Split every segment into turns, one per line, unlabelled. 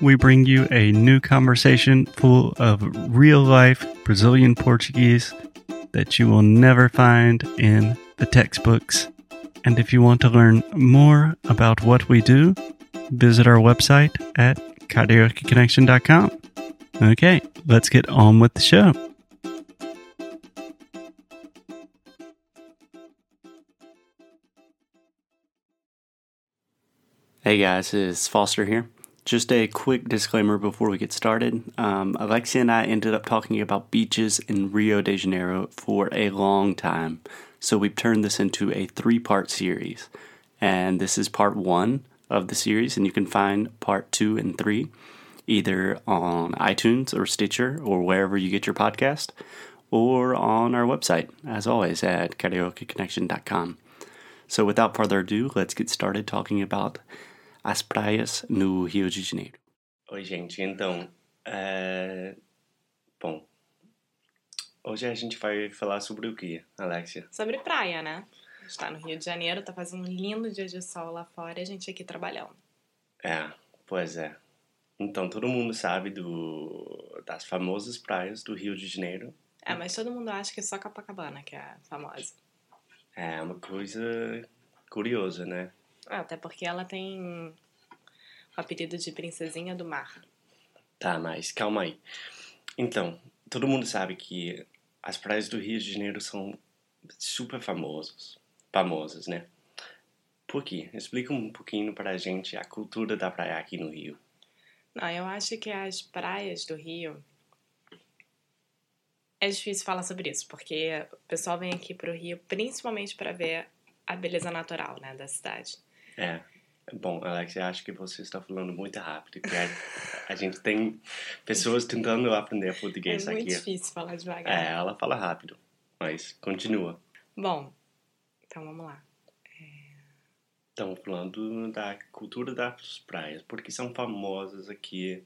we bring you a new conversation full of real life Brazilian Portuguese that you will never find in the textbooks. And if you want to learn more about what we do, visit our website at cariocaconnection.com. Okay, let's get on with the show. Hey guys, it's Foster here. Just a quick disclaimer before we get started. Um, Alexia and I ended up talking about beaches in Rio de Janeiro for a long time. So we've turned this into a three part series. And this is part one of the series, and you can find part two and three either on iTunes or Stitcher or wherever you get your podcast or on our website, as always, at karaokeconnection.com. So without further ado, let's get started talking about as praias no Rio de Janeiro.
Oi, gente. Então, é... bom, hoje a gente vai falar sobre o que, Alexia?
Sobre praia, né? A gente tá no Rio de Janeiro, tá fazendo um lindo dia de sol lá fora e a gente aqui trabalhando.
É, pois é. Então, todo mundo sabe do, das famosas praias do Rio de Janeiro.
É, mas todo mundo acha que é só Copacabana que é famosa.
É uma coisa curiosa, né?
Ah, até porque ela tem o apelido de Princesinha do Mar.
Tá, mas calma aí. Então, todo mundo sabe que as praias do Rio de Janeiro são super famosas, famosas, né? Por quê? Explica um pouquinho pra gente a cultura da praia aqui no Rio.
Não, eu acho que as praias do Rio. É difícil falar sobre isso, porque o pessoal vem aqui pro Rio principalmente para ver a beleza natural, né, da cidade.
É. Bom, Alex, eu acho que você está falando muito rápido, porque a, a gente tem pessoas tentando aprender português
é
aqui.
muito difícil falar devagar.
É, ela fala rápido, mas continua.
Bom, então vamos lá.
Estamos falando da cultura das praias, porque são famosas aqui,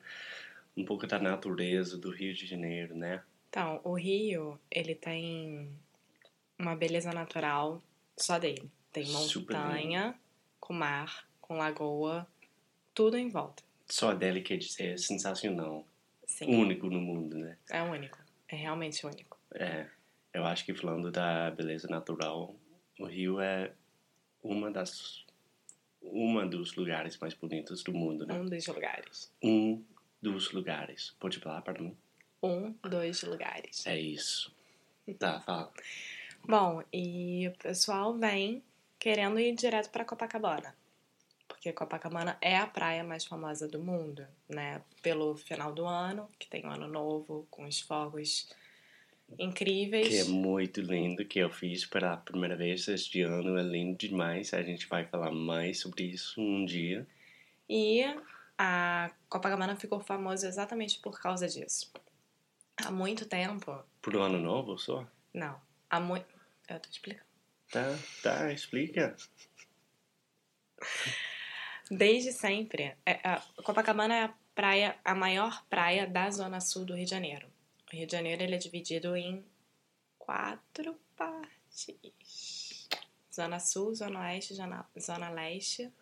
um pouco da natureza do Rio de Janeiro, né?
Então, o Rio, ele tem uma beleza natural só dele. Tem
Super
montanha, com mar, com lagoa, tudo em volta.
Só dele quer dizer sensacional,
Sim,
único no mundo, né?
é único. É realmente único.
É, eu acho que falando da beleza natural, o Rio é uma das uma dos lugares mais bonitos do mundo, né?
Um dos lugares.
Um dos lugares. Pode falar para mim?
Um, dois lugares.
É isso. Tá, fala.
Bom, e o pessoal vem querendo ir direto pra Copacabana. Porque Copacabana é a praia mais famosa do mundo, né? Pelo final do ano, que tem o ano novo, com os fogos incríveis.
Que é muito lindo, que eu fiz pela primeira vez este ano, é lindo demais. A gente vai falar mais sobre isso um dia.
E a Copacabana ficou famosa exatamente por causa disso. Há muito tempo.
Pro ano novo só?
Não, há muito. Eu tô explicando.
Tá, tá, explica.
Desde sempre. é- a Copacabana é a, praia, a maior praia da zona sul do Rio de Janeiro. O Rio de Janeiro ele é dividido em quatro partes: Zona Sul, Zona Oeste, Zona, zona Leste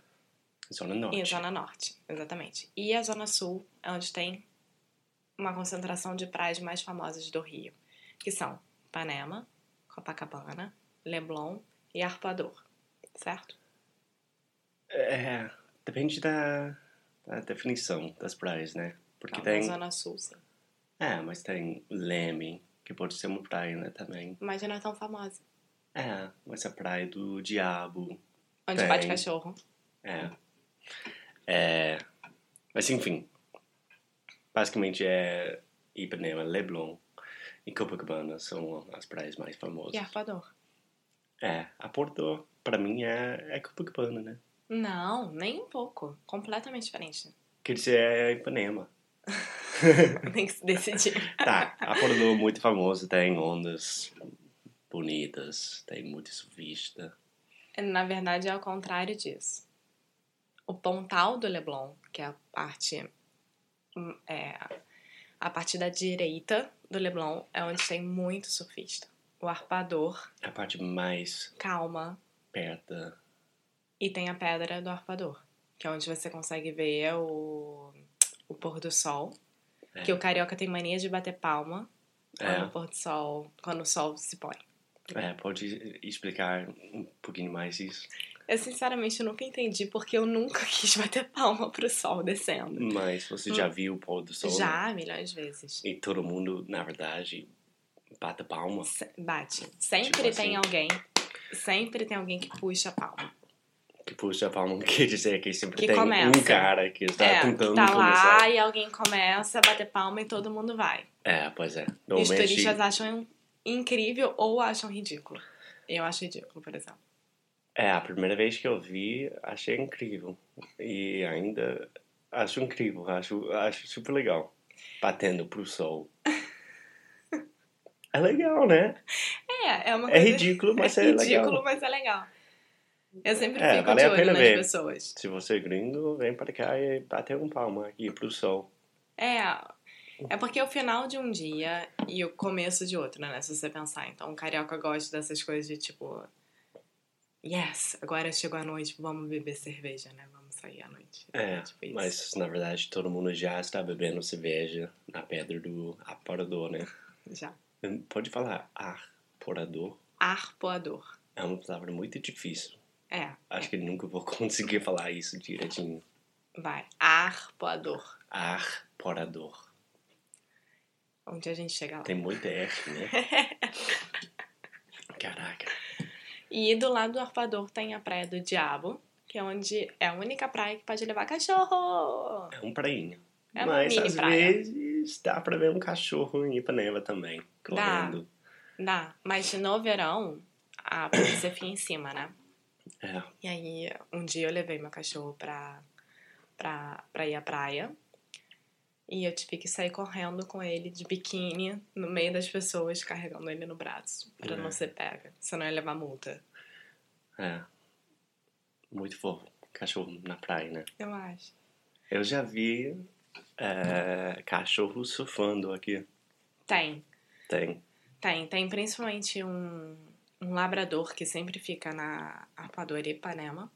Zona Norte.
e Zona Norte. Exatamente. E a Zona Sul é onde tem uma concentração de praias mais famosas do Rio, que são Ipanema, Copacabana, Leblon e Arpoador. Certo?
É, depende da, da definição das praias, né? Porque
Então,
tem.
Na Zona Sul, sim.
É, mas tem Leme, que pode ser uma praia, né, também.
Mas não é tão famosa.
É, mas a praia do diabo.
Onde
Tem.
bate cachorro.
É. É. Mas enfim. Basicamente é Ipanema, Leblon e Copacabana são as praias mais famosas.
E arpador.
É, a Porto, pra mim, é, é Copacabana, né?
Não, nem um pouco. Completamente diferente.
Quer dizer, é Ipanema.
Tem que se decidir.
Tá, Apolodoro é muito famoso, tem ondas bonitas, tem muita vista.
Na verdade, é ao contrário disso. O pontal do Leblon, que é a parte. hum, É, a parte da direita do Leblon, é onde tem muito surfista. O arpador,
É A parte mais
calma,
perto da-
e tem a pedra do arpador, que é onde você consegue ver o, o pôr do sol.
É.
Que o carioca tem mania de bater palma quando
É.
o pôr do sol, quando o sol se põe.
É, pode explicar um pouquinho mais isso.
Eu sinceramente nunca entendi porque eu nunca quis bater palma pro sol descendo.
Mas você já viu o pôr do sol? né?
Já, milhões de vezes.
E todo mundo, na verdade, bate palma.
Se- Bate. Sempre
Tipo
tem
assim.
alguém. Sempre tem alguém que puxa a palma.
Que puxa a palma quer dizer que sempre
Que
tem
começa.
um cara que está
é,
tentando
tá
começar.
lá e alguém começa a bater palma e todo mundo vai.
É, pois é.
E os
Normalmente,
turistas acham incrível ou acham ridículo. Eu acho ridículo, por exemplo.
é, a primeira vez que eu vi, achei incrível. E ainda acho incrível, acho, acho super legal. Batendo pro sol. é legal, né?
É, é uma
É
coisa.
ridículo, mas é,
ridículo,
legal.
mas é legal. Eu sempre
É,
fico
vale
de
a
olho
pena
nas
ver.
pessoas.
Se você é gringo, vem para cá e bater um palma aqui pro sol.
É. É porque é o final de um dia e o começo de outro, né? Se você pensar. Então, o carioca gosta dessas coisas de tipo. Yes, agora chegou a noite, vamos beber cerveja, né? Vamos sair à noite.
É,
tipo isso.
Mas, na verdade, todo mundo já está bebendo cerveja na pedra do aparador, né?
Já.
Pode falar aparador.
Arpoador.
É uma palavra muito difícil.
É,
Acho que nunca vou conseguir falar isso direitinho.
vai. Arpoador.
Arporador.
Onde a gente chega lá.
Tem muita F, né? Caraca.
E do lado do arpador tem a Praia do Diabo, que é onde é a única praia que pode levar cachorro.
É um prainha.
É uma
Mas,
mini
às
praia.
vezes, dá pra ver um cachorro em Ipanema também. Correndo.
Dá, mas no verão a polícia fica em cima, né?
É.
E aí um dia eu levei meu cachorro pra, pra, pra ir à praia. E eu tive que sair correndo com ele de biquíni no meio das pessoas, carregando ele no braço, pra não
É.
ser pega, senão ia levar multa.
É. Muito fofo. Cachorro na praia, né?
Eu acho.
Eu já vi é, cachorro surfando aqui.
Tem,
Tem.
Tem, tem principalmente um, um labrador que sempre fica na Arpador Ipanema.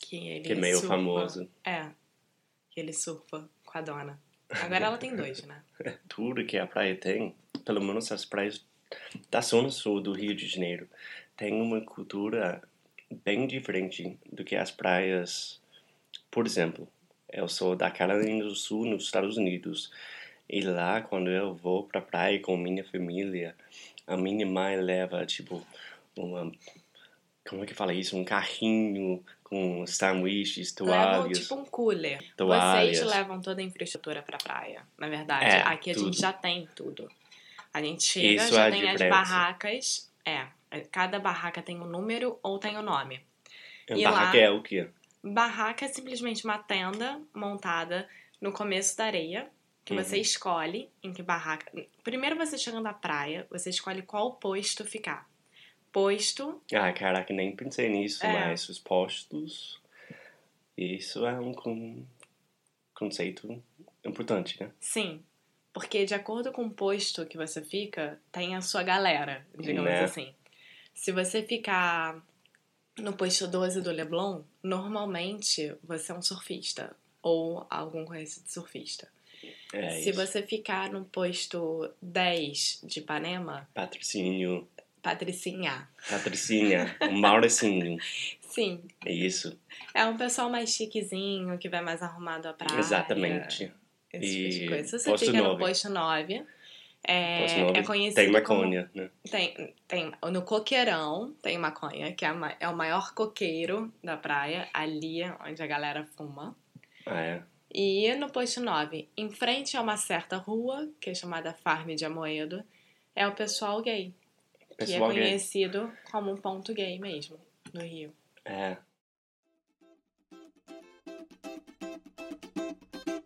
Que ele
Que é meio
surfa-
famoso.
É. Que ele surfa com a dona. Agora ela tem dois, né?
Tudo que a praia tem, pelo menos as praias da zona sul do Rio de Janeiro, tem uma cultura bem diferente do que as praias. Por exemplo, eu sou da Carolina do Sul, nos Estados Unidos. E lá, quando eu vou pra praia com minha família, a minha mãe leva, tipo, uma. Como é que fala isso? Um carrinho com sanduíches,
Levam
toalhas.
tipo um cooler.
Toalhas.
Vocês levam toda a infraestrutura pra praia. Na verdade,
É,
aqui a
tudo.
gente já tem tudo. A gente chega,
Isso
já
é
tem as
diferente.
barracas. É. Cada barraca tem um número ou tem o um nome. E lá-
barraca é o quê?
Barraca é simplesmente uma tenda montada no começo da areia, que
Uhum.
você escolhe em que barraca. Primeiro você chegando à praia, você escolhe qual posto ficar. Posto
Ah, caraca, nem pensei nisso,
É.
mas os postos. Isso é um con- conceito importante, né?
Sim, porque de acordo com o posto que você fica, tem a sua galera, digamos
Né.
assim. Se você ficar no posto 12 do Leblon, normalmente você é um surfista ou algum conhecido surfista.
É
Se
isso.
você ficar no posto 10 de Ipanema,
Patricinho,
Patricinha.
Patricinha, o um Mauricinho.
Sim,
É isso,
é um pessoal mais chiquezinho, que vai mais arrumado à praia.
exatamente.
Esse tipo de
E
coisa. Se você
posto
fica no
nove.
posto 9, é,
Posto nove
é conhecido
Tem
como...
maconha, né?
Tem, tem, no Coqueirão tem maconha, que é, a ma- é o maior coqueiro da praia, ali é onde a galera fuma.
Ah, é.
E no posto 9, em frente a uma certa rua, que é chamada Farm de Amoedo, é o pessoal gay,
Pessoal
que
gay.
é conhecido como um ponto gay mesmo, no Rio.
É.